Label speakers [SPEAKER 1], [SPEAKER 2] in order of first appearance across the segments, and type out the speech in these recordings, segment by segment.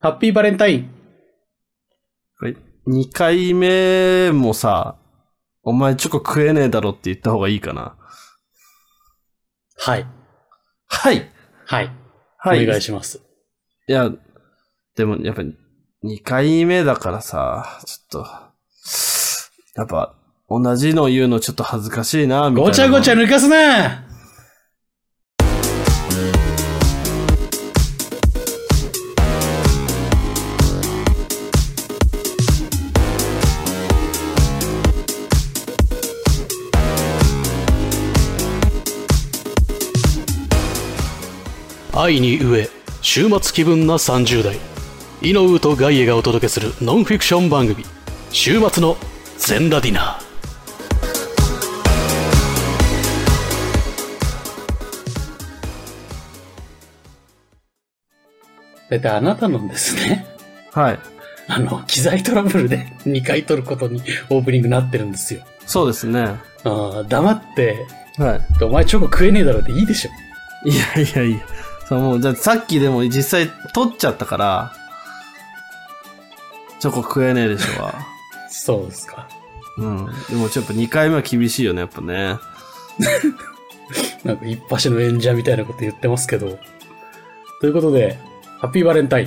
[SPEAKER 1] ハッピーバレンタイン。
[SPEAKER 2] はい。2回目もさ、お前チョコ食えねえだろって言った方がいいかな。
[SPEAKER 1] はい。
[SPEAKER 2] はい
[SPEAKER 1] はい。
[SPEAKER 2] はい。
[SPEAKER 1] お願いします。
[SPEAKER 2] いや、でもやっぱ2回目だからさ、ちょっと、やっぱ同じの言うのちょっと恥ずかしいな、みたい
[SPEAKER 1] ご
[SPEAKER 2] な。
[SPEAKER 1] ちゃごちゃ抜かすな
[SPEAKER 3] 愛に飢え週末気分な30代イノウとガイエがお届けするノンフィクション番組「週末のゼンラディナー」
[SPEAKER 1] だってあなたのですね、
[SPEAKER 2] はい。
[SPEAKER 1] あの、機材トラブルで 2回撮ることにオープニングなってるんですよ。
[SPEAKER 2] そうですね。は
[SPEAKER 1] あー黙って、
[SPEAKER 2] い。
[SPEAKER 1] お前チョコ食えねえだろっていいでしょ。
[SPEAKER 2] いやいやいや。そう、もう、じゃあさっきでも実際取っちゃったから、チョコ食えねえでしょは。
[SPEAKER 1] そうですか。
[SPEAKER 2] うん。でもちょっと2回目は厳しいよね、やっぱね。
[SPEAKER 1] なんか一発の演者みたいなこと言ってますけど。ということで、ハッピーバレンタイン。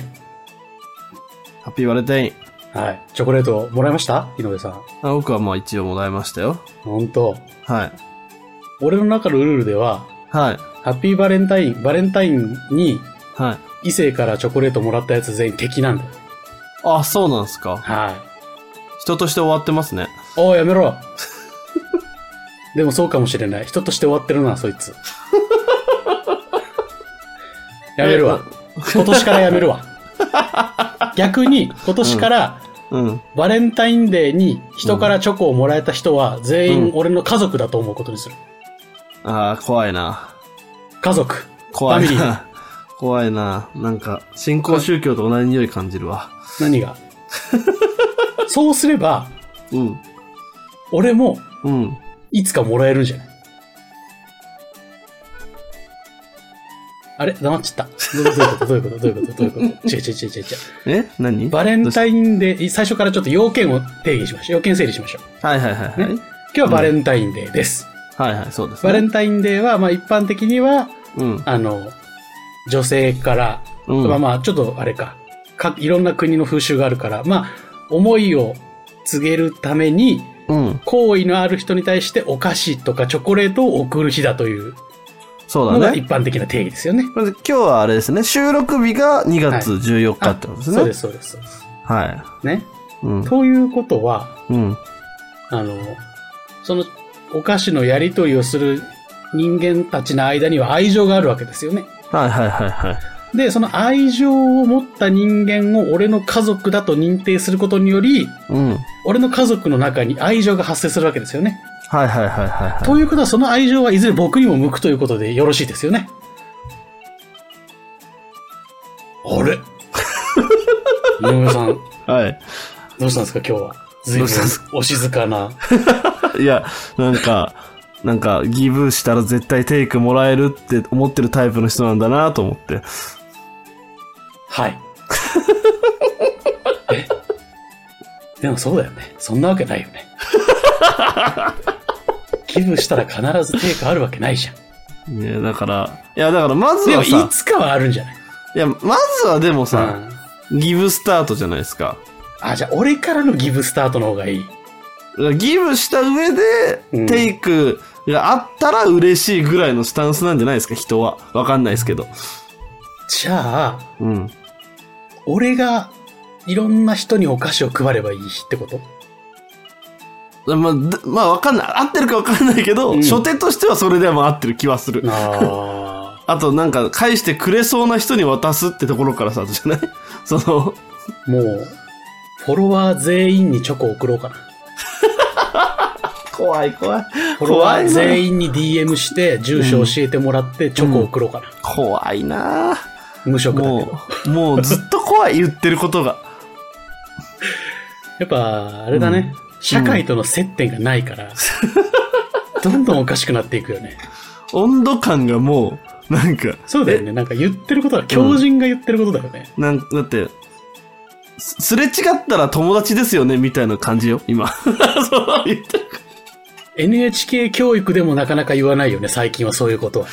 [SPEAKER 2] ハッピーバレンタイン。
[SPEAKER 1] はい。チョコレートもらいました井上さん。
[SPEAKER 2] あ僕はまあ一応もらいましたよ。
[SPEAKER 1] ほんと。
[SPEAKER 2] はい。
[SPEAKER 1] 俺の中のルールでは、
[SPEAKER 2] はい。
[SPEAKER 1] ハッピーバレンタイン、バレンタインに
[SPEAKER 2] はい。
[SPEAKER 1] 異性からチョコレートもらったやつ全員敵なんだよ。
[SPEAKER 2] あ、そうなんですか。
[SPEAKER 1] はい。
[SPEAKER 2] 人として終わってますね。
[SPEAKER 1] おーやめろ でもそうかもしれない。人として終わってるな、そいつ。 やめるわ。今年からやめるわ。逆に、今年から
[SPEAKER 2] うん。
[SPEAKER 1] バレンタインデーに人からチョコをもらえた人は全員俺の家族だと思うことにする。
[SPEAKER 2] ああ、怖いな。
[SPEAKER 1] 家族。
[SPEAKER 2] 怖
[SPEAKER 1] ファ
[SPEAKER 2] い
[SPEAKER 1] ミリー
[SPEAKER 2] な。 怖いな。なんか、新興宗教と同じ匂い感じるわ。
[SPEAKER 1] 何がそうすれば、
[SPEAKER 2] うん。
[SPEAKER 1] 俺も
[SPEAKER 2] うん。
[SPEAKER 1] いつかもらえるんじゃないあれ黙っちゃった。どういうことどういうことどういうことどういうこと違う違う違う違う違
[SPEAKER 2] え何
[SPEAKER 1] う。バレンタ
[SPEAKER 2] イ
[SPEAKER 1] インデー、最初からちょっと要件を定義しましょう。要件整理しましょう。
[SPEAKER 2] ン。はいはいはいはい。
[SPEAKER 1] 今日はバレンタインデーです。
[SPEAKER 2] はいはい、そうです、
[SPEAKER 1] バ
[SPEAKER 2] ね。
[SPEAKER 1] レンタインデーは、まあ一般的には、
[SPEAKER 2] うん。
[SPEAKER 1] あの、女性から、
[SPEAKER 2] うん
[SPEAKER 1] まあまあちょっとあれかか、いろんな国の風習があるから、まあ、思いを告げるために、
[SPEAKER 2] うん。
[SPEAKER 1] 好意のある人に対してお菓子とかチョコレートを贈る日だという
[SPEAKER 2] そ
[SPEAKER 1] の
[SPEAKER 2] うだ
[SPEAKER 1] が
[SPEAKER 2] ね
[SPEAKER 1] 一。般的な定義ですよね。
[SPEAKER 2] まず今日はあれですね、収録日が2月14日ってことですね。
[SPEAKER 1] そうです、そうです。そうです
[SPEAKER 2] はい。
[SPEAKER 1] ね。
[SPEAKER 2] うん。
[SPEAKER 1] ということは、
[SPEAKER 2] うん。
[SPEAKER 1] あの、そのお菓子のやり取りをする人間たちの間には愛情があるわけですよね。
[SPEAKER 2] はいはいはいはい。
[SPEAKER 1] で、その愛情を持った人間を俺の家族だと認定することにより、
[SPEAKER 2] うん。
[SPEAKER 1] 俺の家族の中に愛情が発生するわけですよね。
[SPEAKER 2] はいはいはいはい、は
[SPEAKER 1] ということは、その愛情はいずれ僕にも向くということでよろしいですよね。あれ 井上さん、
[SPEAKER 2] い。はい。
[SPEAKER 1] どうしたんですか、今日は。ずいぶん
[SPEAKER 2] どうしたんです
[SPEAKER 1] お静かな。
[SPEAKER 2] いや、なんか、なんか、ギブしたら絶対テイクもらえるって思ってるタイプの人なんだなと思って。
[SPEAKER 1] はい。 えでもそうだよね。そんなわけないよ ね。寄付したら必ず定価あるわけないじゃん。
[SPEAKER 2] いや、だから、いや、だから、まず
[SPEAKER 1] でも、
[SPEAKER 2] はいさ、
[SPEAKER 1] つかはあるんじゃない
[SPEAKER 2] いや、まずはでもさ、
[SPEAKER 1] うん
[SPEAKER 2] ギブスタートじゃないですか。
[SPEAKER 1] あ、じゃあ、俺からのギブスタートの方がいい。
[SPEAKER 2] ギブした上
[SPEAKER 1] うん
[SPEAKER 2] で、テイクがあったら嬉しいぐらいのスタンスなんじゃないですか、人は。わかんないですけど。
[SPEAKER 1] じゃあ、
[SPEAKER 2] うん。
[SPEAKER 1] 俺がいろんな人にお菓子を配ればいいってこと
[SPEAKER 2] まあ、でまあ、わかんない。合ってるかわかんないけど、
[SPEAKER 1] うん
[SPEAKER 2] 初手としてはそれでも合ってる気はする。
[SPEAKER 1] あ
[SPEAKER 2] あと、なんか、返してくれそうな人に渡すってところからさ、じゃない その、
[SPEAKER 1] あ。もう、フォロワー全員にチョコを送ろうかな。
[SPEAKER 2] 怖い怖い。
[SPEAKER 1] フォロワ
[SPEAKER 2] 怖
[SPEAKER 1] ー
[SPEAKER 2] いな。
[SPEAKER 1] 全員に DM して、住所教えてもらってチョコを送ろうかな。
[SPEAKER 2] 怖いな
[SPEAKER 1] 無職だけど
[SPEAKER 2] も。う、もうずっと怖い、言ってることが。
[SPEAKER 1] やっぱ、あれだね、社会との接点がないから、どんどんおかしくなっていくよね。
[SPEAKER 2] 温度感がもう、なんか、
[SPEAKER 1] そうだよね。なんか言ってることは、狂人が言ってることだよね。
[SPEAKER 2] なんだって、すすれ違ったら友達ですよね、みたいな感じよ、今。 そう言って。
[SPEAKER 1] NHK 教育でもなかなか言わないよね、最近はそういうことはね。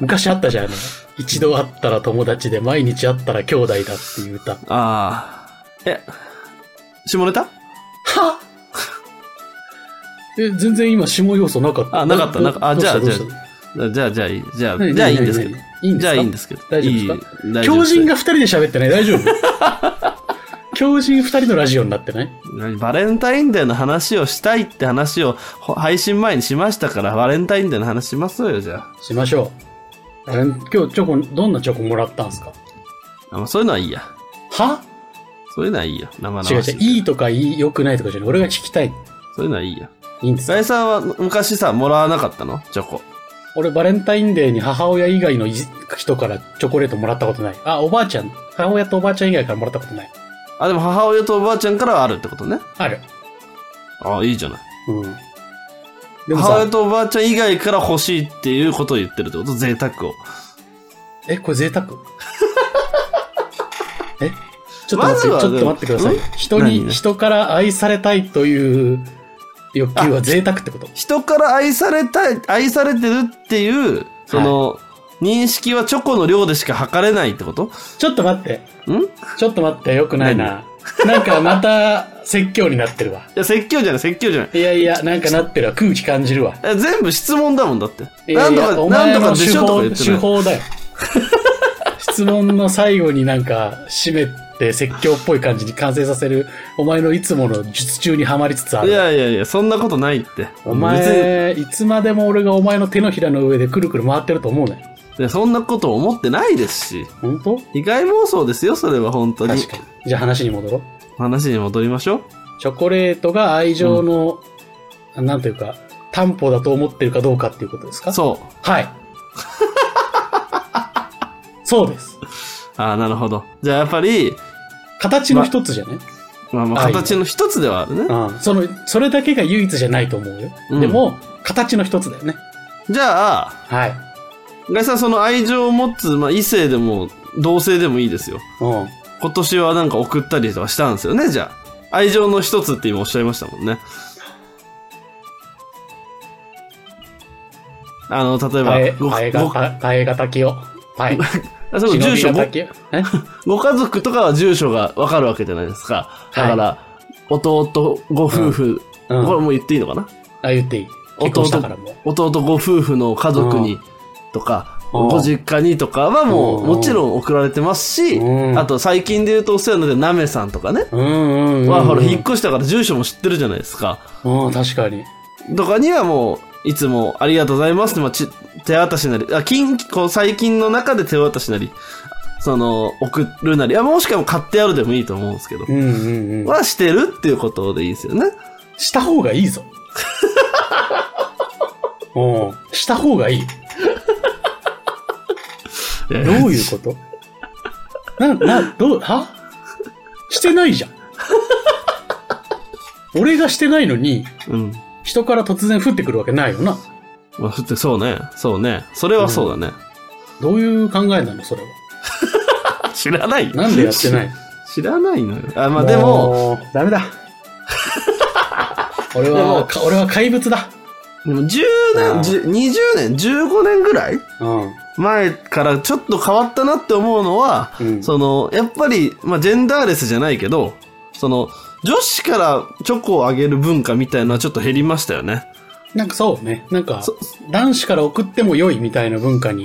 [SPEAKER 1] 昔あったじゃん、あの一度会ったら友達で、毎日会ったら兄弟だっていう歌。
[SPEAKER 2] ああ。え、下ネタ
[SPEAKER 1] はえ、全然今、下要素なかった。
[SPEAKER 2] あなかったなかあ
[SPEAKER 1] どうした
[SPEAKER 2] じゃあ
[SPEAKER 1] どうした
[SPEAKER 2] じゃあ、じゃあいい。じゃあ、
[SPEAKER 1] 何
[SPEAKER 2] じゃあいいんですけど
[SPEAKER 1] 何。何何
[SPEAKER 2] じゃあい
[SPEAKER 1] い
[SPEAKER 2] い
[SPEAKER 1] いん
[SPEAKER 2] ん
[SPEAKER 1] で
[SPEAKER 2] ですすけど。
[SPEAKER 1] 大丈夫ですか
[SPEAKER 2] いい大丈夫
[SPEAKER 1] 狂
[SPEAKER 2] です
[SPEAKER 1] 人が二人で喋ってない大 丈夫狂人二人のラジオになってない
[SPEAKER 2] バレンタインデーの話をしたいって話をほ配信前にしましたから、バレンタインデーの話しますよ、じゃあ。
[SPEAKER 1] しましょう。あれ今日チョコ、どんなチョコもらったんですか
[SPEAKER 2] あまあそういうのはいいや。
[SPEAKER 1] は
[SPEAKER 2] そういうのはいいよ。生々し
[SPEAKER 1] 違う違
[SPEAKER 2] い。
[SPEAKER 1] う、いいとかいい良くないとかじゃない。俺が聞きたい。
[SPEAKER 2] そういうのはいいや。
[SPEAKER 1] いいんですか
[SPEAKER 2] ガイさんは昔さ、もらわなかったのチョコ。
[SPEAKER 1] 俺バレンタインデーに母親以外のい人からチョコレートもらったことない。あ、おばあちゃん。母親とおばあちゃん以外からもらったことない。
[SPEAKER 2] あ、でも母親とおばあちゃんからはあるってことね。
[SPEAKER 1] ある。
[SPEAKER 2] あいいじゃない。
[SPEAKER 1] うん。でも
[SPEAKER 2] 母親
[SPEAKER 1] さ、
[SPEAKER 2] とおばあちゃん以外から欲しいっていうことを言ってるってこと贅沢を。
[SPEAKER 1] え、これ贅沢 えちょっと
[SPEAKER 2] ま
[SPEAKER 1] 待って、
[SPEAKER 2] ずは
[SPEAKER 1] ちょっと待ってください
[SPEAKER 2] うん。
[SPEAKER 1] 人に、
[SPEAKER 2] 何
[SPEAKER 1] 人から愛されたいという欲求 は贅沢ってこと。
[SPEAKER 2] 人から愛されたい、愛されてるっていう、その、認識はチョコの量でしか測れないってことん
[SPEAKER 1] ちょっと待って。ちょっと待って、よくないな。 なんかまた説教になってるわ。
[SPEAKER 2] いや、説教じゃない、説教じゃない。
[SPEAKER 1] いやいや、なんかなってるわ。空気感じるわ。
[SPEAKER 2] え全部質問だもんだって。
[SPEAKER 1] いや
[SPEAKER 2] ないんと
[SPEAKER 1] や
[SPEAKER 2] か、
[SPEAKER 1] お
[SPEAKER 2] な
[SPEAKER 1] 前
[SPEAKER 2] んと
[SPEAKER 1] の
[SPEAKER 2] かでしょとか言
[SPEAKER 1] 手
[SPEAKER 2] って
[SPEAKER 1] 法手法だ
[SPEAKER 2] ない。
[SPEAKER 1] よ。 質問の最後になんか締めて説教っぽい感じに完成させる、お前のいつもの術中にはまりつつあ
[SPEAKER 2] い
[SPEAKER 1] る。
[SPEAKER 2] やいやいや、そんなことないって。
[SPEAKER 1] お
[SPEAKER 2] 別
[SPEAKER 1] 前、いつまでも俺がお前の手のひらの上でくるくる回ってると思うね。
[SPEAKER 2] にいや、そんなこと思ってないですし。
[SPEAKER 1] 本当
[SPEAKER 2] 被害妄想ですよ、それは本当に
[SPEAKER 1] 確。かに。じゃあ話に戻ろう。
[SPEAKER 2] 話に戻りましょう。
[SPEAKER 1] チョコレートが愛情の、なんというか、担保だと思ってるかどうかっていうことですか
[SPEAKER 2] そう。
[SPEAKER 1] はい。 そうです。
[SPEAKER 2] ああ、なるほど。じゃあやっぱり、
[SPEAKER 1] 形の一つじゃない、
[SPEAKER 2] まあまあ
[SPEAKER 1] はい
[SPEAKER 2] 形の一つではあるね。
[SPEAKER 1] うん、その、それだけが唯一じゃないと思うよ。
[SPEAKER 2] うん
[SPEAKER 1] でも、形の一つだよね。
[SPEAKER 2] じゃあ、
[SPEAKER 1] はい。
[SPEAKER 2] ガイさんその愛情を持つ、まあ異性でも同性でもいいですよ。
[SPEAKER 1] うん。
[SPEAKER 2] 今年はなんか送ったりとかしたんですよね、じゃあ。愛情の一つって今おっしゃいましたもんね。あの、例
[SPEAKER 1] あえ
[SPEAKER 2] え、ば、ご
[SPEAKER 1] あえが、
[SPEAKER 2] ご
[SPEAKER 1] ああえがたきよ。はい。
[SPEAKER 2] あ その住所
[SPEAKER 1] 忍び
[SPEAKER 2] ご
[SPEAKER 1] がた、きよえ
[SPEAKER 2] ご家族とかは住所がわかるわけじゃないですか。だから、弟ご夫婦、
[SPEAKER 1] うんうん
[SPEAKER 2] これもう言っていいのかな
[SPEAKER 1] あ、言っていい。結婚したからもう。
[SPEAKER 2] 弟ご夫婦の家族にとか、
[SPEAKER 1] うん
[SPEAKER 2] ご実家にとかはもう
[SPEAKER 1] うん
[SPEAKER 2] もちろん送られてますし、
[SPEAKER 1] うん
[SPEAKER 2] あと最近で言うとお世話になってるなめさんとかね、
[SPEAKER 1] うんうんうん、うん。
[SPEAKER 2] はほら引っ越したから住所も知ってるじゃないですか。
[SPEAKER 1] うん、確かに。
[SPEAKER 2] とかにはもう、いつもありがとうございますって、まあ、ち手渡しなり、あ近こう最近の中で手渡しなり、その、送るなり、あもしくは買ってあるでもいいと思うんですけど、
[SPEAKER 1] うんうんうん。
[SPEAKER 2] はしてるっていうことでいいですよね。
[SPEAKER 1] した方がいい ぞ。うん。した方がいい。
[SPEAKER 2] ど
[SPEAKER 1] どういうことな、な、どう、はしてないじゃん。 俺がしてないのに、
[SPEAKER 2] うん。
[SPEAKER 1] 人から突然降ってくるわけないよな。
[SPEAKER 2] まあ、ふってそうね。そうね。それはそうだね。
[SPEAKER 1] どういう考えなのそれは。
[SPEAKER 2] 知らない
[SPEAKER 1] なんでやって ない
[SPEAKER 2] 知らないのよ。あ、まあでも、
[SPEAKER 1] う、ダメだ。俺は、か俺は怪物だ。
[SPEAKER 2] でも10
[SPEAKER 1] あー
[SPEAKER 2] 年、10 20年、15年ぐらい
[SPEAKER 1] うん。
[SPEAKER 2] 前からちょっと変わったなって思うのは、
[SPEAKER 1] うん
[SPEAKER 2] その、やっぱり、まあジェンダーレスじゃないけど、その、女子からチョコをあげる文化みたいのはちょっと減りましたよね。
[SPEAKER 1] なんかそうね。なんか
[SPEAKER 2] そ、
[SPEAKER 1] 男子から送っても良いみたいな文化に、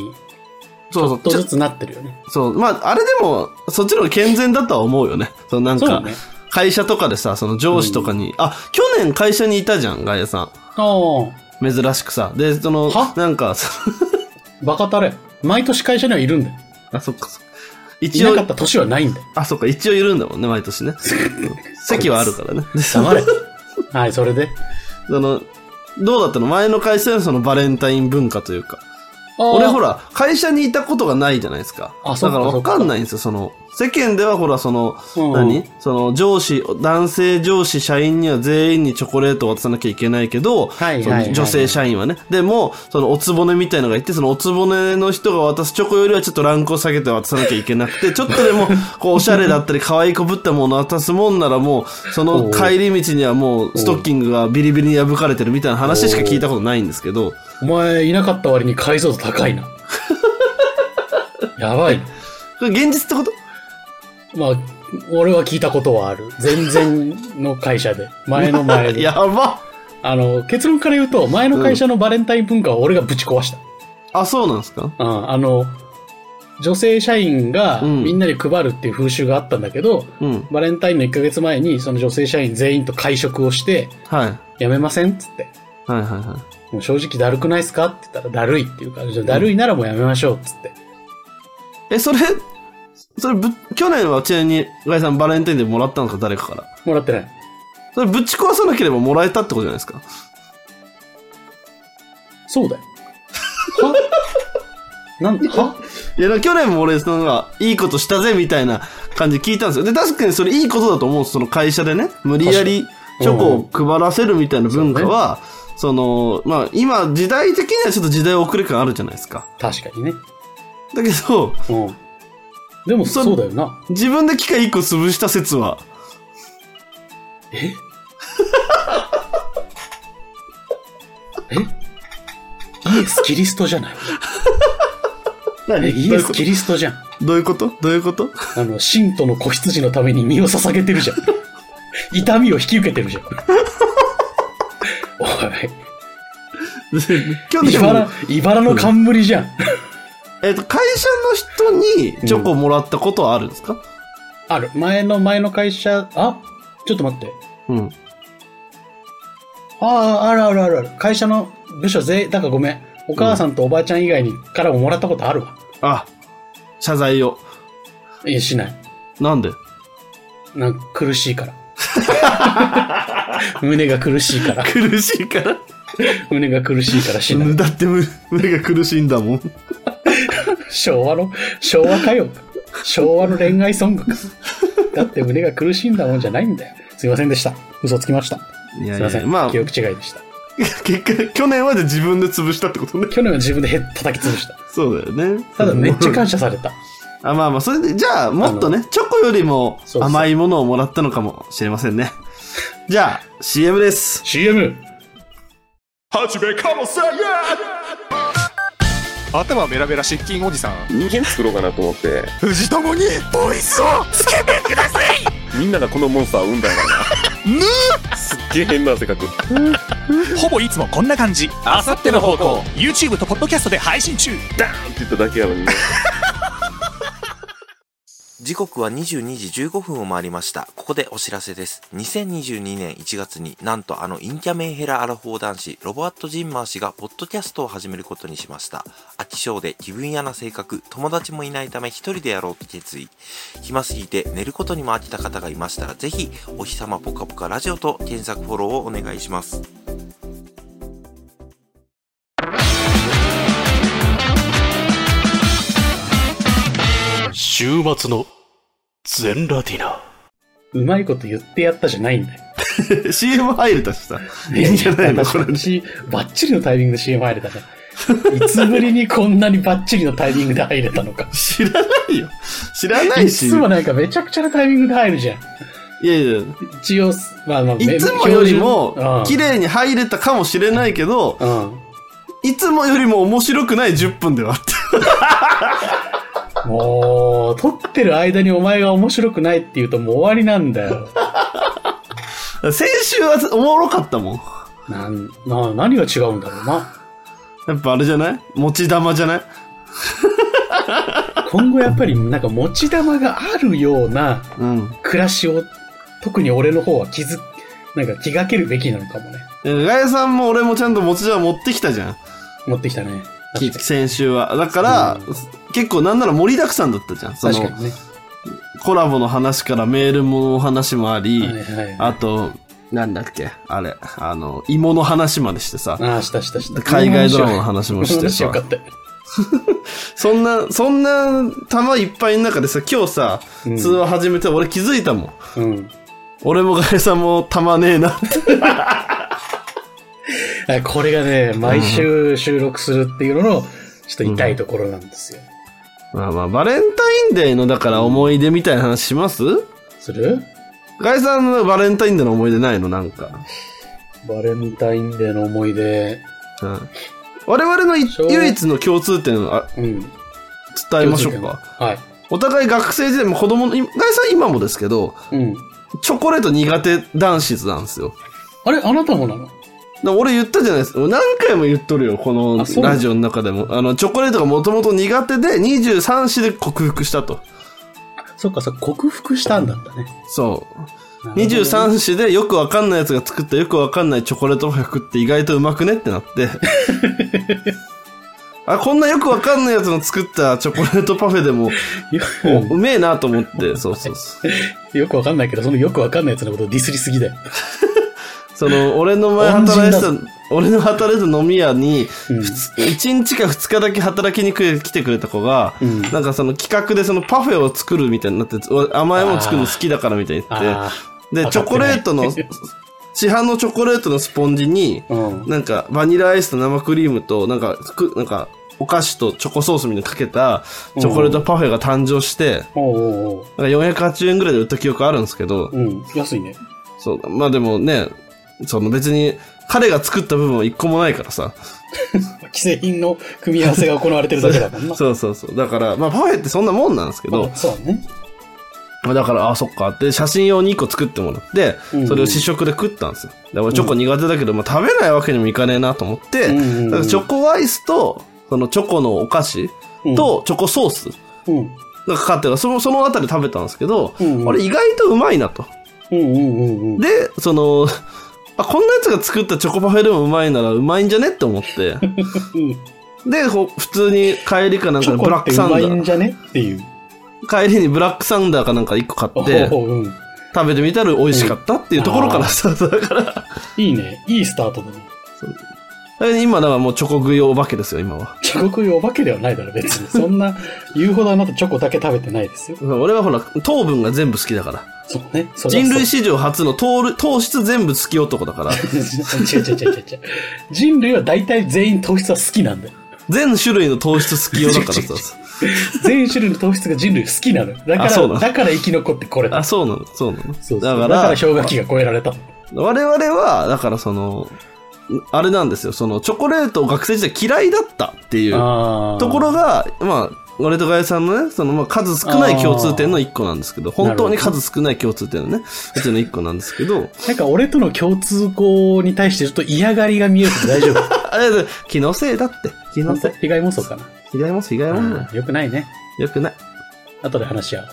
[SPEAKER 2] そうそう
[SPEAKER 1] と
[SPEAKER 2] ちょ
[SPEAKER 1] ずつなってるよね。
[SPEAKER 2] そう。まあ、あれでも、そっちの方が健全だとは思うよね。そのなん
[SPEAKER 1] そう
[SPEAKER 2] か、
[SPEAKER 1] ね。
[SPEAKER 2] 会社とかでさ、その上司とかに、あ、去年会社にいたじゃん、ガイアさん。
[SPEAKER 1] あ
[SPEAKER 2] 珍しくさ。で、その
[SPEAKER 1] は、
[SPEAKER 2] なんか、そ
[SPEAKER 1] あ、バカたれ。毎年会社にはいるんだよ。
[SPEAKER 2] あ、そっかそっか。
[SPEAKER 1] い
[SPEAKER 2] 一
[SPEAKER 1] な
[SPEAKER 2] 応
[SPEAKER 1] か、った年はないんだよ。
[SPEAKER 2] あ、そっか、一応いるんだもんね、毎年ね。席はあるからね。でそ
[SPEAKER 1] 黙れ。 はい、それで。
[SPEAKER 2] の、どうだったの前の会社のそのバレンタイン文化というか。
[SPEAKER 1] 俺
[SPEAKER 2] 俺ほら、会社にいたことがないじゃないですか。
[SPEAKER 1] あそ
[SPEAKER 2] だ
[SPEAKER 1] っか
[SPEAKER 2] からわかんないんですよ、その、世間ではほら、その、
[SPEAKER 1] うん
[SPEAKER 2] 何その、上司、男性上司社員には全員にチョコレートを渡さなきゃいけないけど、
[SPEAKER 1] はい
[SPEAKER 2] その
[SPEAKER 1] はいはい
[SPEAKER 2] 女性社員はね。でも、その、おつぼねみたいのがいて、その、おつぼねの人が渡すチョコよりはちょっとランクを下げて渡さなきゃいけなくて、ちょっとで も、こう、おしゃれだったり、可愛いこぶったものを渡すもんならもう、その帰り道にはもう、ストッキングがビリビリに破かれてるみたいな話しか聞いたことないんですけど、
[SPEAKER 1] お前いなかった割に解像度高 いな。やばいな。
[SPEAKER 2] これ現実ってこと
[SPEAKER 1] まあ、俺は聞いたことはある。全然の会社で。前の前 で。
[SPEAKER 2] やば
[SPEAKER 1] あの、結論から言うと、前の会社のバレンタイン文化は俺がぶち壊した。
[SPEAKER 2] あ、そうなんですか
[SPEAKER 1] うん、あの、女性社員が
[SPEAKER 2] うん
[SPEAKER 1] みんなで配るっていう風習があったんだけど、
[SPEAKER 2] うん。
[SPEAKER 1] バレンタインの1ヶ月前にその女性社員全員と会食をして、
[SPEAKER 2] はい。
[SPEAKER 1] やめませんっつって。
[SPEAKER 2] はいはいはい。
[SPEAKER 1] もう正直だるくないですかって言ったら、だるいっていう感じで、だるいならもうやめましょうっつって。
[SPEAKER 2] え、それ、それぶ、去年はちなみに、ガイさんバレンタインでもらったんですか誰かから。
[SPEAKER 1] もらってない。
[SPEAKER 2] それぶち壊さなければもらえたってことじゃないですか。
[SPEAKER 1] そうだよ。 はなんはい
[SPEAKER 2] や、だから去年も俺、そのなんか、いいことしたぜみたいな感じで聞いたんですよ。で、確かにそれいいことだと思うんですその会社でね、無理やりチョコを配らせるみたいな文化は、その、まあ、今、時代的にはちょっと時代遅れ感あるじゃないですか。
[SPEAKER 1] 確かにね。
[SPEAKER 2] だけど、
[SPEAKER 1] うん。でも
[SPEAKER 2] そ
[SPEAKER 1] そうだよな。
[SPEAKER 2] 自分で機械一個潰した説は、
[SPEAKER 1] ええイエス・キリストじゃないえイ
[SPEAKER 2] どう
[SPEAKER 1] エ
[SPEAKER 2] いうこ
[SPEAKER 1] ス・
[SPEAKER 2] と
[SPEAKER 1] キリストじゃん。
[SPEAKER 2] どういうことどういう こと
[SPEAKER 1] あの、信徒の子羊のために身を捧げてる じゃん。痛みを引き受けてるじゃん。お
[SPEAKER 2] 去
[SPEAKER 1] い、
[SPEAKER 2] 年も
[SPEAKER 1] 茨、茨の冠じゃん。
[SPEAKER 2] えっ、と、会社の人にチョコもらったことはあるんですか
[SPEAKER 1] ある。前の前の会社、あちょっと待って。
[SPEAKER 2] うん。
[SPEAKER 1] ああ、あるあるあるある。会社の部署全員、だからごめん。お母さんとおばあちゃん以外にからももらったことあるわ。
[SPEAKER 2] あ、謝罪を。
[SPEAKER 1] いや、しない。
[SPEAKER 2] なんで
[SPEAKER 1] なんか苦しい から。胸が苦しいから。
[SPEAKER 2] 苦しいから。
[SPEAKER 1] 胸が苦しいからしない。
[SPEAKER 2] だって胸胸が苦しいんだもん。
[SPEAKER 1] 昭和の、昭和歌謡か。昭和の恋愛ソングか。だって胸が苦しいんだもんじゃないんだよ。すいませんでした。嘘つきました。
[SPEAKER 2] いや
[SPEAKER 1] す
[SPEAKER 2] い
[SPEAKER 1] いませ
[SPEAKER 2] や、
[SPEAKER 1] ん。
[SPEAKER 2] まあ、
[SPEAKER 1] 記
[SPEAKER 2] 結
[SPEAKER 1] 憶違いでした。
[SPEAKER 2] 果、去年はで自分で潰したってことね。
[SPEAKER 1] 去年は自分でへ叩き潰した。
[SPEAKER 2] そうだよね。
[SPEAKER 1] ただめっちゃ感謝された。
[SPEAKER 2] あ、まあまあ、それで、じゃあ、もっとね、チョコよりも
[SPEAKER 1] そうそう
[SPEAKER 2] 甘いものをもらったのかもしれませんね。じゃあ、CM です。
[SPEAKER 1] CM!
[SPEAKER 4] 始めかもせ 頭ベラベラ失禁おじさん
[SPEAKER 5] 人間作ろうかなと思って
[SPEAKER 4] 藤友にボイスをつけてください
[SPEAKER 5] みんながこのモンスターを産んだんやからなすっげえ変な性格
[SPEAKER 4] ほぼいつもこんな感じあさっての方向 YouTube とポッドキャストで配信中
[SPEAKER 5] ダーンって言っただけやのにね
[SPEAKER 6] 時刻は22時15分を回りました。ここでお知らせです。2022年1月になんとあのインキャメンヘラアラフォー男子ロボアット・ジンマー氏がポッドキャストを始めることにしました。飽き性で気分屋な性格、友達もいないため一人でやろうと決意。暇すぎて寝ることにも飽きた方がいましたらぜひお日様ぽかぽかラジオと検索フォローをお願いします。
[SPEAKER 3] 週末の全ラディナ
[SPEAKER 1] うまいこと言ってやったじゃないんだよ。
[SPEAKER 2] CM 入れたしさ。
[SPEAKER 1] い
[SPEAKER 2] いいんじゃないのこれ。
[SPEAKER 1] 私、バッチリのタイミングで CM 入れたね。いつぶりにこんなにバッチリのタイミングで入れたの か。
[SPEAKER 2] 知らないよ。知らないいし。
[SPEAKER 1] つもなんかめちゃくちゃなタイミングで入るじゃん。
[SPEAKER 2] いやいや、
[SPEAKER 1] 一応、まあまあ、
[SPEAKER 2] いつもよりも、綺
[SPEAKER 1] 麗。
[SPEAKER 2] 麗に入れたかもしれないけど、
[SPEAKER 1] うん。
[SPEAKER 2] いつもよりも面白くない10分ではあって。
[SPEAKER 1] もう、撮ってる間にお前が面白くないって言うともう終わりなんだ よ。
[SPEAKER 2] 先週はおもろかったもん。
[SPEAKER 1] なん、な、何が違うんだろうな。
[SPEAKER 2] やっぱあれじゃない持ち玉じゃない
[SPEAKER 1] 今後やっぱりなんか持ち玉があるような
[SPEAKER 2] うん。
[SPEAKER 1] 暮らしを、特に俺の方は気づ、なんか気がけるべきなのかもね。
[SPEAKER 2] えガヤさんも俺もちゃんと持ち玉持ってきたじゃん。
[SPEAKER 1] 持ってきたね。
[SPEAKER 2] き先週は。だから、結構なんなら盛りだくさんだったじゃん。そ
[SPEAKER 1] 確か
[SPEAKER 2] の、
[SPEAKER 1] にね。
[SPEAKER 2] コラボの話からメールのお話もあり、
[SPEAKER 1] はいはい。
[SPEAKER 2] あと、なんだっけあれ、あの、芋の話までしてさ。
[SPEAKER 1] ああ、したしたした。
[SPEAKER 2] 海外ドラマの話もして
[SPEAKER 1] 面白
[SPEAKER 2] さ
[SPEAKER 1] か。ったよ。
[SPEAKER 2] そんな、そんな玉いっぱいの中でさ、今日さ、
[SPEAKER 1] ん
[SPEAKER 2] 通話始めて俺気づいたもん。
[SPEAKER 1] うん。
[SPEAKER 2] 俺もガエさんも玉ねえなって。
[SPEAKER 1] あこれがね、毎週収録するっていうのの、ちょっと痛いところなんですよ。
[SPEAKER 2] まあまあ、バレンタインデーのだから思い出みたいな話します
[SPEAKER 1] する
[SPEAKER 2] ガエさんのバレンタインデーの思い出ないのなんか。
[SPEAKER 1] バレンタインデーの思い出。
[SPEAKER 2] うん我々のい
[SPEAKER 1] そう
[SPEAKER 2] 唯一の共通点あ
[SPEAKER 1] うん。
[SPEAKER 2] 伝えましょうか。
[SPEAKER 1] は
[SPEAKER 2] お互い学生時代も子供の、いガエさん今もですけど、
[SPEAKER 1] い。うん。
[SPEAKER 2] チョコレート苦手男子なんですよ。
[SPEAKER 1] あれあなたもなの
[SPEAKER 2] だから俺言ったじゃないですか。何回も言っとるよ、この
[SPEAKER 1] あそうなの
[SPEAKER 2] ラジオの中でも。あの、チョコレートがもともと苦手で、23子で克服したと。
[SPEAKER 1] そっか、さ、克服したんだったね。
[SPEAKER 2] そう。23子でよくわかんないやつが作ったよくわかんないチョコレートパフェ食って意外とうまくねってな って。あ、こんなよくわかんないやつの作ったチョコレートパフェでも、
[SPEAKER 1] よ
[SPEAKER 2] うめえなと思って、そうそうそう。
[SPEAKER 1] よくわかんないけど、そのよくわかんないやつのことをディスりすぎだよ。
[SPEAKER 2] その、俺の前
[SPEAKER 1] 恩人
[SPEAKER 2] 働いて
[SPEAKER 1] だ
[SPEAKER 2] た、俺の働いてた飲み屋に、
[SPEAKER 1] うん。
[SPEAKER 2] 1日か2日だけ働きに来てくれた子が、
[SPEAKER 1] うん
[SPEAKER 2] なんかその企画でそのパフェを作るみたいになって、お甘いもの作るの好きだからみたいに言って、
[SPEAKER 1] あ
[SPEAKER 2] で、
[SPEAKER 1] わ
[SPEAKER 2] チ
[SPEAKER 1] かっ
[SPEAKER 2] ョ
[SPEAKER 1] て
[SPEAKER 2] コレ
[SPEAKER 1] ない
[SPEAKER 2] ー トの、市販のチョコレートのスポンジに、
[SPEAKER 1] あ。うん。
[SPEAKER 2] なんかバニラアイスと生クリームと、なんか、くなんか、お菓子とチョコソースみたいなのかけたチョコレートパフェが誕生して、
[SPEAKER 1] おうおうおう。
[SPEAKER 2] なんか480円ぐらいで売った記憶あるんですけど、
[SPEAKER 1] うん。安いね。
[SPEAKER 2] そう、まあでもね、その別に彼が作った部分は一個もないからさ、
[SPEAKER 1] 既製品の組み合わせが行われてるだけだもんな。
[SPEAKER 2] そうそうそう。だから、まあパフェってそんなもんなんですけど
[SPEAKER 1] まあ、そうね。
[SPEAKER 2] まあだから、あ、そっか。で、写真用に1個作ってもらって
[SPEAKER 1] うんう、ん
[SPEAKER 2] それを試食で食ったんですよ。で、俺チョコ苦手だけど、まあ食べないわけにもいかねえなと思って、
[SPEAKER 1] うんうんうん
[SPEAKER 2] だからチョコアイスと、そのチョコのお菓子とチョコソース
[SPEAKER 1] うん、うん。
[SPEAKER 2] がかかってるその、そのあたり食べたんですけど、
[SPEAKER 1] うんうん
[SPEAKER 2] あれ意外とうまいなと。
[SPEAKER 1] うんうんうんうん。
[SPEAKER 2] で、その、 あ、こんなやつが作ったチョコパフェでもうまいならうまいんじゃねって思って。で、こう普通に帰りかなん
[SPEAKER 1] チ
[SPEAKER 2] か
[SPEAKER 1] ョ
[SPEAKER 2] でブ
[SPEAKER 1] コ
[SPEAKER 2] ラ
[SPEAKER 1] っ
[SPEAKER 2] ック
[SPEAKER 1] て
[SPEAKER 2] サ
[SPEAKER 1] う
[SPEAKER 2] ンダ
[SPEAKER 1] まいん
[SPEAKER 2] ー。
[SPEAKER 1] じゃねっていう。
[SPEAKER 2] 帰りにブラックサンダーかなんか1個買って、
[SPEAKER 1] おうおううん、
[SPEAKER 2] 食べてみたら美味しかったっていうところからさ、だから、
[SPEAKER 1] いいね。いいスタートだね。
[SPEAKER 2] 今だからもうチョコ食いお化けですよ、今は。
[SPEAKER 1] チョコ食いお化けではないだろ、別に。そんな、言うほどあなたチョコだけ食べてないですよ。
[SPEAKER 2] 俺はほら、糖分が全部好きだから。
[SPEAKER 1] そうね。それは
[SPEAKER 2] 人
[SPEAKER 1] そ
[SPEAKER 2] 類史上初の糖類糖質全部好き男だか
[SPEAKER 1] う
[SPEAKER 2] ら、
[SPEAKER 1] 違う違う違う違う違う。人類は大体全員糖質は好きなんだよ。
[SPEAKER 2] 全種類の糖質好き男だから
[SPEAKER 1] 違う違う違う
[SPEAKER 2] さ。
[SPEAKER 1] 全種類の糖質が人類好きなのよ。だか
[SPEAKER 2] あそうな
[SPEAKER 1] ら、
[SPEAKER 2] の
[SPEAKER 1] だから生き残ってこれた
[SPEAKER 2] あ、。そうなの、そうなの。
[SPEAKER 1] そうそう
[SPEAKER 2] だか、
[SPEAKER 1] だからら氷河期が超えられた。
[SPEAKER 2] 我々は、だからその、あれなんですよ、その、チョコレートを学生時代嫌いだったっていう
[SPEAKER 1] あー
[SPEAKER 2] ところが、まあ、俺とガエさんのね、その、まあ、数少ない共通点の一個なんですけど、本当に数少ない共通点のね、うちの一個なんですけど、
[SPEAKER 1] なんか俺との共通項に対してちょっと嫌がりが見えるけど大丈 夫。
[SPEAKER 2] あれだ、気のせいだって。気の
[SPEAKER 1] 本
[SPEAKER 2] せ
[SPEAKER 1] 当
[SPEAKER 2] い。
[SPEAKER 1] 被害妄想かな。
[SPEAKER 2] 被害もす、被害も
[SPEAKER 1] あーよくないね。
[SPEAKER 2] よくない。
[SPEAKER 1] 後で話し合おう。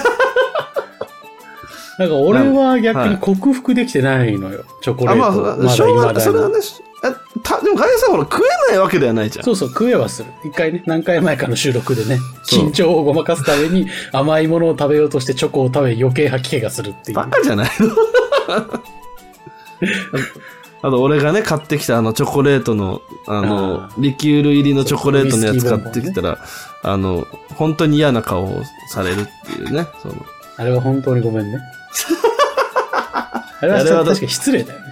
[SPEAKER 1] なんか俺は逆に克服できてないのよ。チョコレ
[SPEAKER 2] あ、ま
[SPEAKER 1] ート。
[SPEAKER 2] あ、しょうがない。それは
[SPEAKER 1] だに
[SPEAKER 2] ね、しえたでもガエさんほら食えないわけではないじゃん。
[SPEAKER 1] そうそう、食えはする。一回ね、何回前かの収録でね、
[SPEAKER 2] そう
[SPEAKER 1] 緊張をごまかすために甘いものを食べようとしてチョコを食べ余計吐き気がするっていう
[SPEAKER 2] バ。カじゃないの あと、俺がね、買ってきたあの、チョコレートの、あの、
[SPEAKER 1] あ
[SPEAKER 2] リキュール入りのチョコレートのやつ
[SPEAKER 1] そう
[SPEAKER 2] 買
[SPEAKER 1] ウイスキーボンボンね
[SPEAKER 2] ってきたら、あの、本当に嫌な顔をされるっていうね。その
[SPEAKER 1] あれは本当にごめ んね。あれはちょっと確かに失礼だよ
[SPEAKER 2] い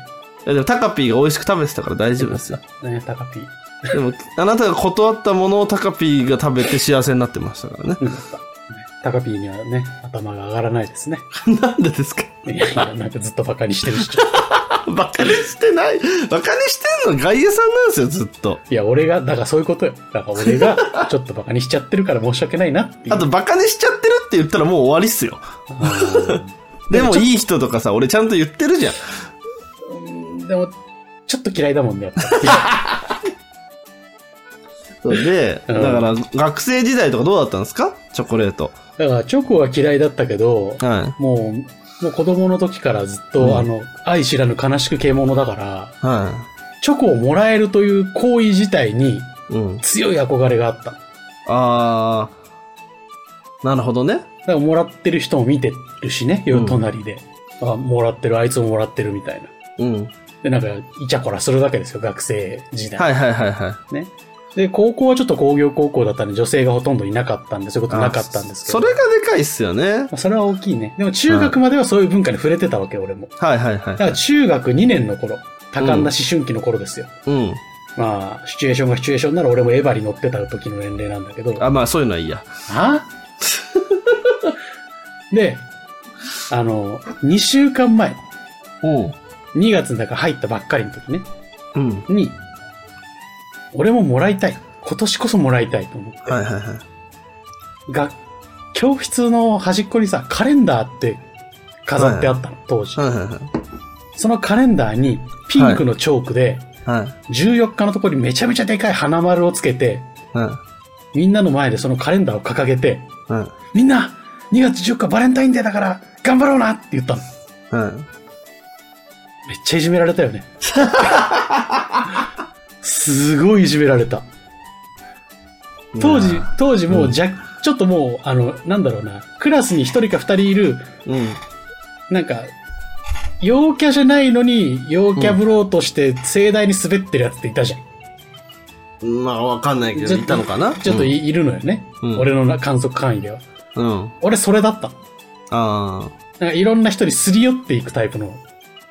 [SPEAKER 2] やでも、タカピーが美味しく食べてたから大丈夫 ですよ。
[SPEAKER 1] ね。ね、タカピー。
[SPEAKER 2] でも、あなたが断ったものをタカピーが食べて幸せになってましたからね。
[SPEAKER 1] よかった。ねタカピーにはね、頭が上がらないです ね。
[SPEAKER 2] なんでですか
[SPEAKER 1] いやいや、なんかずっとバカにしてるし。
[SPEAKER 2] バカにしてない。バカにしてんの、ガイエさんなんですよ、ずっと。
[SPEAKER 1] いや、俺が、だからそういうことよ。だから俺 が、ちょっとバカにしちゃってるから申し訳ないなっていう。
[SPEAKER 2] あと、バカにしちゃってるって言ったらもう終わりっすよ。でも、いい人とかさ、俺ちゃんと言ってるじゃん。
[SPEAKER 1] うん、でも、ちょっと嫌いだもんね、やっぱり。
[SPEAKER 2] そうで、
[SPEAKER 1] う
[SPEAKER 2] だ
[SPEAKER 1] ん
[SPEAKER 2] から、学生時代とかどうだったんですかチョコレート。
[SPEAKER 1] だから、チョコは嫌いだったけど、
[SPEAKER 2] は
[SPEAKER 1] もう、もう子供の時からずっと、
[SPEAKER 2] うん
[SPEAKER 1] あの、愛知らぬ悲しく啓蒙だから、
[SPEAKER 2] い。は
[SPEAKER 1] チョコをもらえるという行為自体に
[SPEAKER 2] い。うん。
[SPEAKER 1] 強い憧れがあった。だか
[SPEAKER 2] あー、なるほどね。
[SPEAKER 1] ら、もらってる人も見てるしね、
[SPEAKER 2] うん
[SPEAKER 1] 隣で。あ、もらってる、あいつももらってるみたいな。
[SPEAKER 2] うん。
[SPEAKER 1] で、なんか、イチャコラするわけですよ、学生時代。
[SPEAKER 2] はいはいはいは
[SPEAKER 1] ね。で、高校はちょっと工業高校だったんで、女性がほとんどいなかったんで、そういうことなかったんですけど。
[SPEAKER 2] それがでかいっすよね。
[SPEAKER 1] まあそれは大きいね。でも中学まではそういう文化に触れてたわけ、俺も。
[SPEAKER 2] はいはいはい
[SPEAKER 1] だか
[SPEAKER 2] は
[SPEAKER 1] ら
[SPEAKER 2] い。
[SPEAKER 1] 中学2年の頃、多感な思春期の頃ですよ。
[SPEAKER 2] うん。
[SPEAKER 1] まあ、シチュエーションがシチュエーションなら俺もエヴァに乗ってた時の年齢なんだけど。
[SPEAKER 2] あ、まあそういうのはいいや。
[SPEAKER 1] あで、あの、2週間前、
[SPEAKER 2] うん。
[SPEAKER 1] 2月だから入ったばっかりの時ね、
[SPEAKER 2] うん。
[SPEAKER 1] に、俺ももらいたい。今年こそもらいたいと思って。
[SPEAKER 2] はいはいはい。
[SPEAKER 1] が、教室の端っこにさ、カレンダーって飾ってあったの、当時。
[SPEAKER 2] はいはいはい。
[SPEAKER 1] そのカレンダーにピンクのチョークで、
[SPEAKER 2] はい。
[SPEAKER 1] 14日のところにめちゃめちゃでかい花丸をつけて、
[SPEAKER 2] は
[SPEAKER 1] みんなの前でそのカレンダーを掲げて、
[SPEAKER 2] い。は
[SPEAKER 1] みんな !2 月14日バレンタインデーだから頑張ろうなって言ったの。
[SPEAKER 2] い。はい。
[SPEAKER 1] めっちゃいじめられたよね。すごいいじめられた。当時、当時もうじゃ、ちょっともう、あの、なんだろうな、クラスに1人か2人いる、
[SPEAKER 2] うん。
[SPEAKER 1] なんか、陽キャじゃないのに、陽キャブローとして盛大に滑ってるやつっていたじゃん。
[SPEAKER 2] まあ、わかんないけ
[SPEAKER 1] ちょ
[SPEAKER 2] ど、
[SPEAKER 1] っと
[SPEAKER 2] いたのかな
[SPEAKER 1] ちょっとい,、、るのよね。
[SPEAKER 2] うん
[SPEAKER 1] 俺のな観測範囲では。
[SPEAKER 2] うん。うん。
[SPEAKER 1] 俺それだった。
[SPEAKER 2] あ
[SPEAKER 1] なんかいろんな人にすり寄っていくタイプの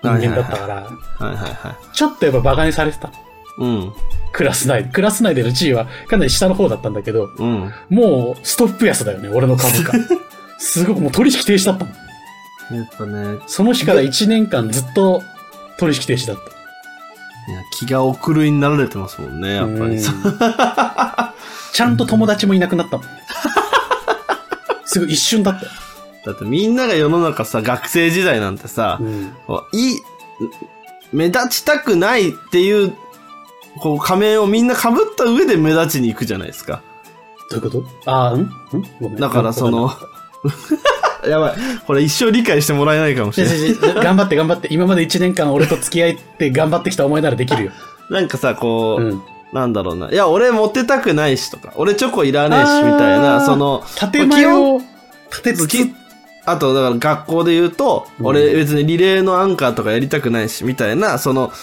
[SPEAKER 1] 人間だったから、
[SPEAKER 2] あ。はいはいはい。
[SPEAKER 1] ちょっとやっぱ馬鹿にされてた。
[SPEAKER 2] うん。
[SPEAKER 1] クラス内で。クラス内での地位はかなり下の方だったんだけど、
[SPEAKER 2] うん。
[SPEAKER 1] もうストップ安だよね、俺の株 価。すごくもう取引停止だったもん。
[SPEAKER 2] やっぱね、
[SPEAKER 1] その日から1年間ずっと取引停止だった。
[SPEAKER 2] いや気が送るいになられてますもんね、やっぱり。
[SPEAKER 1] うんちゃんと友達もいなくな ったもん。すごい一瞬だったよ。
[SPEAKER 2] だってみんなが世の中さ、学生時代なんてさ、こういい、目立ちたくないっていう、こう仮面をみんな被った上で目立ちに行くじゃないですか。
[SPEAKER 1] どういうことああ、んんごめん
[SPEAKER 2] だからその、 やばい。これ一生理解してもらえないかもし
[SPEAKER 1] 違う
[SPEAKER 2] れない。
[SPEAKER 1] 違う違う頑張って頑張って。今まで1年間俺と付き合って頑張ってきたお前ならでき るよ。
[SPEAKER 2] なんかさ、こう、
[SPEAKER 1] うん
[SPEAKER 2] なんだろうな。いや、俺モテたくないしとか、俺チョコいらねえし
[SPEAKER 1] あー
[SPEAKER 2] みたいな、その、
[SPEAKER 1] 建前を、建
[SPEAKER 2] 好
[SPEAKER 1] つ
[SPEAKER 2] き。あと、だから学校で言うと、俺別にリレーのアンカーとかやりたくないし、みたいな、その、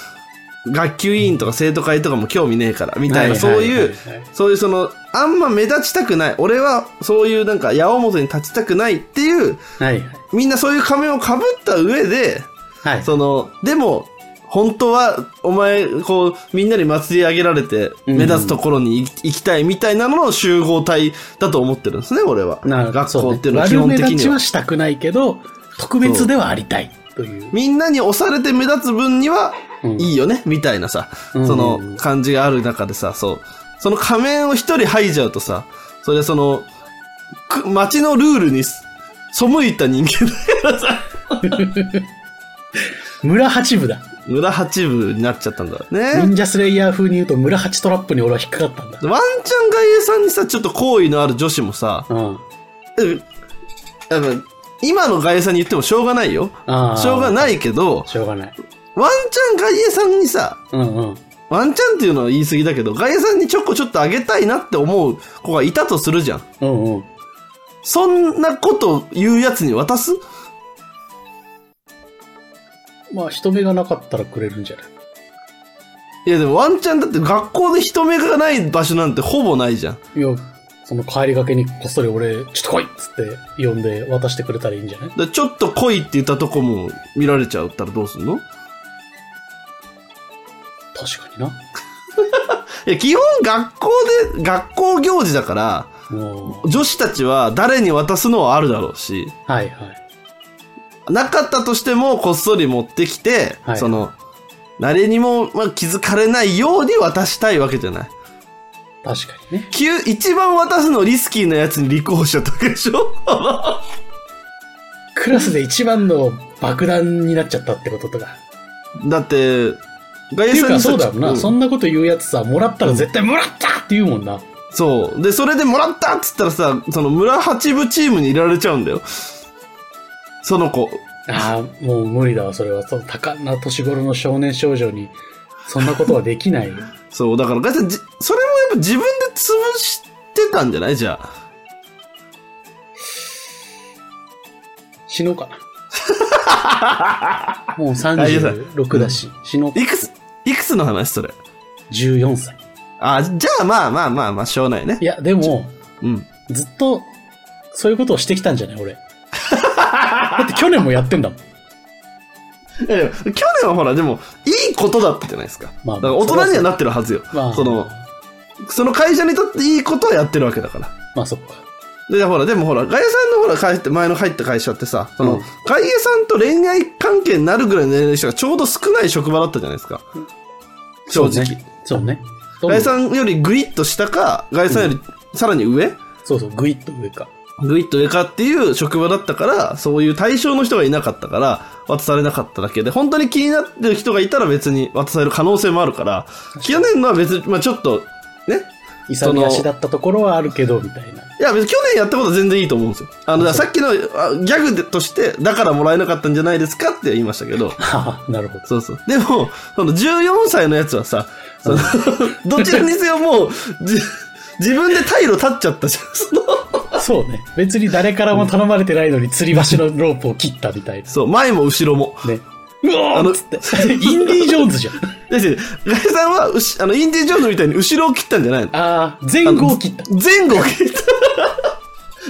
[SPEAKER 2] 学級委員とか生徒会とかも興味ねえから、みたいな、
[SPEAKER 1] はい
[SPEAKER 2] そ
[SPEAKER 1] は
[SPEAKER 2] う
[SPEAKER 1] いはいはい
[SPEAKER 2] いう、そういうその、あんま目立ちたくない。俺は、そういうなんか、矢面に立ちたくないっていう、
[SPEAKER 1] はいはい。
[SPEAKER 2] みんなそういう仮面を被った上で、
[SPEAKER 1] はい。
[SPEAKER 2] その、でも、本当は、お前、こう、みんなに祭り上げられて、
[SPEAKER 1] うん
[SPEAKER 2] 目立つところに行き行きたいみたいなのの集合体だと思ってるんですね、俺は。
[SPEAKER 1] なる
[SPEAKER 2] 学
[SPEAKER 1] そう
[SPEAKER 2] 校
[SPEAKER 1] ね
[SPEAKER 2] っていうのは基本
[SPEAKER 1] 悪
[SPEAKER 2] 的
[SPEAKER 1] 目立
[SPEAKER 2] に
[SPEAKER 1] ち
[SPEAKER 2] は
[SPEAKER 1] は。したくないけど、特別ではありたい。という。
[SPEAKER 2] みんなに押されて目立つ分には
[SPEAKER 1] うん
[SPEAKER 2] いいよね、みたいなさ、
[SPEAKER 1] うん
[SPEAKER 2] その感じがある中でさ、そう。その仮面を一人吐いちゃうとさ、それその、く街のルールにす背いた人 間だからさ、
[SPEAKER 1] 村八部だ。
[SPEAKER 2] 村八部になっちゃったんだよね。
[SPEAKER 1] 忍者スレイヤー風に言うと村八トラップに俺は引っかかったんだ。
[SPEAKER 2] ワンチャン外衛さんにさ、ちょっと好意のある女子もさ、
[SPEAKER 1] うん。
[SPEAKER 2] うんあの今の外衛さんに言ってもしょうがないよ。
[SPEAKER 1] ああ。
[SPEAKER 2] しょうが
[SPEAKER 1] い。
[SPEAKER 2] ないけど、
[SPEAKER 1] しょうがない。
[SPEAKER 2] ワンチャン外衛さんにさ、
[SPEAKER 1] うんうん。
[SPEAKER 2] ワンチャンっていうのは言い過ぎだけど、ガイエさんにチョコちょっとあげたいなって思う子がいたとするじゃん。
[SPEAKER 1] うんうん。
[SPEAKER 2] そんなこと言うやつに渡す
[SPEAKER 1] まあ、人目がなかったらくれるんじゃない
[SPEAKER 2] いやでもワンチャンだって学校で人目がない場所なんてほぼないじゃん。
[SPEAKER 1] いや、その帰りがけにこっそり俺、ちょっと来いっつって呼んで渡してくれたらいいんじゃない
[SPEAKER 2] だからちょっと来いって言ったとこも見られちゃったらどうすんの
[SPEAKER 1] 確かにな。
[SPEAKER 2] いや基本学校で、学校行事だから、
[SPEAKER 1] もう、
[SPEAKER 2] 女子たちは誰に渡すのはあるだろうし、
[SPEAKER 1] はいはい。
[SPEAKER 2] なかったとしてもこっそり持ってきて、
[SPEAKER 1] はい
[SPEAKER 2] その、誰にも、まあ、気づかれないように渡したいわけじゃない。
[SPEAKER 1] 確かにね。
[SPEAKER 2] 急、一番渡すのリスキーなやつに立候補しちゃったわけでしょ
[SPEAKER 1] クラスで一番の爆弾になっちゃったってこととか。
[SPEAKER 2] だって、ガイ
[SPEAKER 1] っていうか、そうだ
[SPEAKER 2] だ
[SPEAKER 1] よな、そんなこと言うやつさ、もらったら絶対もらったって言うもんな。
[SPEAKER 2] そう。で、それでもらったっつったらさ、その村八部チームにいられちゃうんだよ。その子。
[SPEAKER 1] ああ、もう無理だわ、それは。その多感な年頃の少年少女に、そんなことはできないよ。
[SPEAKER 2] そう、だからガイさん、じそれもやっぱ自分で潰してたんじゃないじゃあ。
[SPEAKER 1] 死のう かな。もう
[SPEAKER 2] 大丈夫
[SPEAKER 1] 36だし、死のうか
[SPEAKER 2] いくつ、いくつの話それ。
[SPEAKER 1] 14歳。
[SPEAKER 2] ああ、じゃあまあまあまあまあ、しょうがないね
[SPEAKER 1] い。や、でも、
[SPEAKER 2] うん。
[SPEAKER 1] ずっと、そういうことをしてきたんじゃない 俺。だって去年もやってんだもん。
[SPEAKER 2] いやいや去年はほら、でも、いいことだったじゃないですか。
[SPEAKER 1] まあ
[SPEAKER 2] だから大人にはなってるはずよ。
[SPEAKER 1] まあ
[SPEAKER 2] その、その会社にとっていいことはやってるわけだから。
[SPEAKER 1] まあそっか。
[SPEAKER 2] で、ほら、でもほら、ガイエさんのほら、会って、前の入った会社ってさ、その、ガイエさんと恋愛関係になるぐらいの年齢の人がちょうど少ない職場だったじゃないですか。正
[SPEAKER 1] そう
[SPEAKER 2] 直。
[SPEAKER 1] ね。そうね。どんど
[SPEAKER 2] ガイエ
[SPEAKER 1] ん
[SPEAKER 2] さんよりグイッと下か、ガイエさんよりさらに上、
[SPEAKER 1] そうそう、ぐいっと上か。
[SPEAKER 2] グイッと上かっていう職場だったから、そういう対象の人がいなかったから、渡されなかっただけで、本当に気になってる人がいたら別に渡される可能性もあるから、去年のは別に、まあちょっと、ね。
[SPEAKER 1] 勇み足だったところはあるけど、みたいな。
[SPEAKER 2] いや、別に去年やったことは全然いいと思うんですよ。あの、だからさっきのあギャグでとして、だからもらえなかったんじゃないですかって言いましたけど、
[SPEAKER 1] はあ、なるほど。
[SPEAKER 2] そうそう。でも、その14歳のやつはさ、そのどちらにせよもう、じ自分で退路立っちゃったじゃん。その
[SPEAKER 1] そうね。別に誰からも頼まれてないのに吊り橋のロープを切ったみたいな。
[SPEAKER 2] そう、前も後ろ も。
[SPEAKER 1] ね。うお
[SPEAKER 2] あ
[SPEAKER 1] ー
[SPEAKER 2] の
[SPEAKER 1] っつって。インディ・ジョーンズじゃん。
[SPEAKER 2] だし、ガイさんは、うしあの、インディ・ジョーンズみたいに後ろを切ったんじゃない の
[SPEAKER 1] ああ、前後を切った。
[SPEAKER 2] 前後を切った。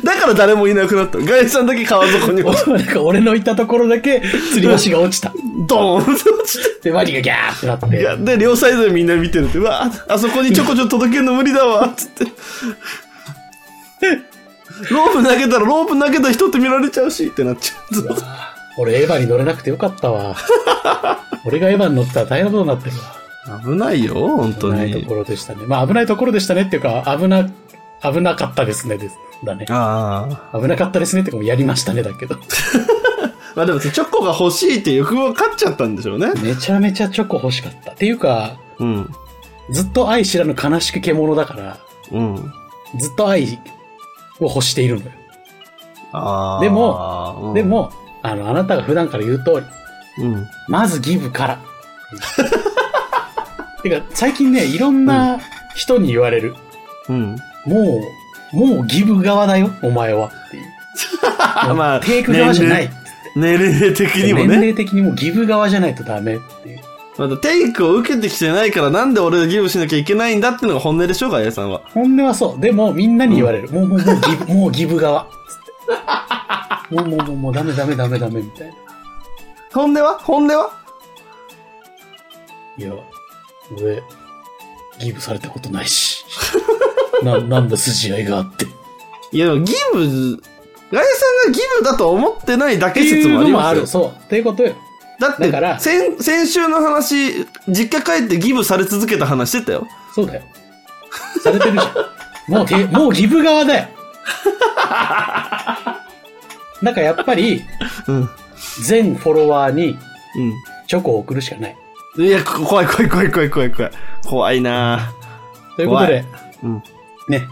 [SPEAKER 2] だから誰もいなくなった。ガイさんだけ川底 に落ち
[SPEAKER 1] なんか俺のいたところだけ吊り橋が落ちた。
[SPEAKER 2] ドーンって落ちて。
[SPEAKER 1] で、ワニがギャーってなっ
[SPEAKER 2] いや
[SPEAKER 1] て。
[SPEAKER 2] で、両サイドでみんな見てるって、うわあ、あそこにちょこちょこ届けるの無理だわ、つって。ロープ投げたらロープ投げた人って見られちゃうし、ってなっちゃう。
[SPEAKER 1] 俺エヴァに乗れなくてよかった わ。俺がエヴァに乗ってたら大変なことになってるわ。
[SPEAKER 2] 危ないよ、本
[SPEAKER 1] 危
[SPEAKER 2] 当
[SPEAKER 1] ないと
[SPEAKER 2] に
[SPEAKER 1] こ。ろでしたね。まあ危ないところでしたねっていうか、危な、危なかったですねです。だね。
[SPEAKER 2] ああ。
[SPEAKER 1] 危なかったですねってかもうやりましたねだけ ど。
[SPEAKER 2] まあでも、チョコが欲しいっていう欲望が勝っちゃったんでしょうね。
[SPEAKER 1] めちゃめちゃチョコ欲しかった。っていうか、
[SPEAKER 2] うん。
[SPEAKER 1] ずっと愛知らぬ悲しく獣だから、
[SPEAKER 2] うん。
[SPEAKER 1] ずっと愛を欲しているのよ。
[SPEAKER 2] ああ。
[SPEAKER 1] でも
[SPEAKER 2] うん
[SPEAKER 1] で、も、あの、あなたが普段から言う通り、
[SPEAKER 2] うん。
[SPEAKER 1] まずギブから。てか、最近ね、いろんな人に言われる。
[SPEAKER 2] うん。
[SPEAKER 1] もう、もうギブ側だよ、お前は。っていう。
[SPEAKER 2] まあ
[SPEAKER 1] テイク側じゃない。
[SPEAKER 2] 年齢的にも
[SPEAKER 1] 年
[SPEAKER 2] ね。
[SPEAKER 1] 齢的にもうギブ側じゃないとダメっていう。
[SPEAKER 2] まだテイクを受けてきてないから、なんで俺がギブしなきゃいけないんだってのが本音でしょうか、やさんは。
[SPEAKER 1] 本音はそう。でも、みんなに言われる。もう、もう、もうギブ、もうギブ側。つってもう、もう、もう、もう、ダメ、ダメ、ダメ、ダメ、みたいな。
[SPEAKER 2] 本音は本音はい
[SPEAKER 1] や、俺、ギブされたことない し。な、なんだ筋合いがあって。っ
[SPEAKER 2] いや、でもギブ、ガイさんがギブだと思ってないだ
[SPEAKER 1] て
[SPEAKER 2] け
[SPEAKER 1] い
[SPEAKER 2] 説
[SPEAKER 1] う
[SPEAKER 2] もあ
[SPEAKER 1] の
[SPEAKER 2] り
[SPEAKER 1] も
[SPEAKER 2] ま
[SPEAKER 1] あ
[SPEAKER 2] す
[SPEAKER 1] る。
[SPEAKER 2] よ。
[SPEAKER 1] そう。っていうことよ。
[SPEAKER 2] だって
[SPEAKER 1] だから
[SPEAKER 2] 先、先週の話、実家帰ってギブされ続けた話してたよ。
[SPEAKER 1] そうだよ。されてるじゃん。もうて、もうギブ側だよ。なんかやっぱり、
[SPEAKER 2] うん。
[SPEAKER 1] 全フォロワーに
[SPEAKER 2] う
[SPEAKER 1] チョコを送るしかない。
[SPEAKER 2] ん。いや、こ怖い怖い怖い怖い怖い怖い。怖いなぁ。
[SPEAKER 1] ということで、
[SPEAKER 2] 怖いうん
[SPEAKER 1] ね、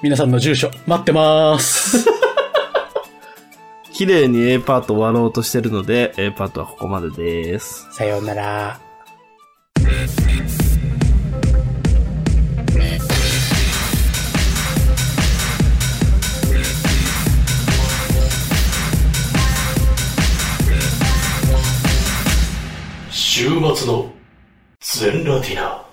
[SPEAKER 1] 皆さんの住所、待ってます。
[SPEAKER 2] 綺麗に A パート終わろうとしてるので、A パートはここまでです。
[SPEAKER 1] さようなら。
[SPEAKER 3] 週末の全ラティナ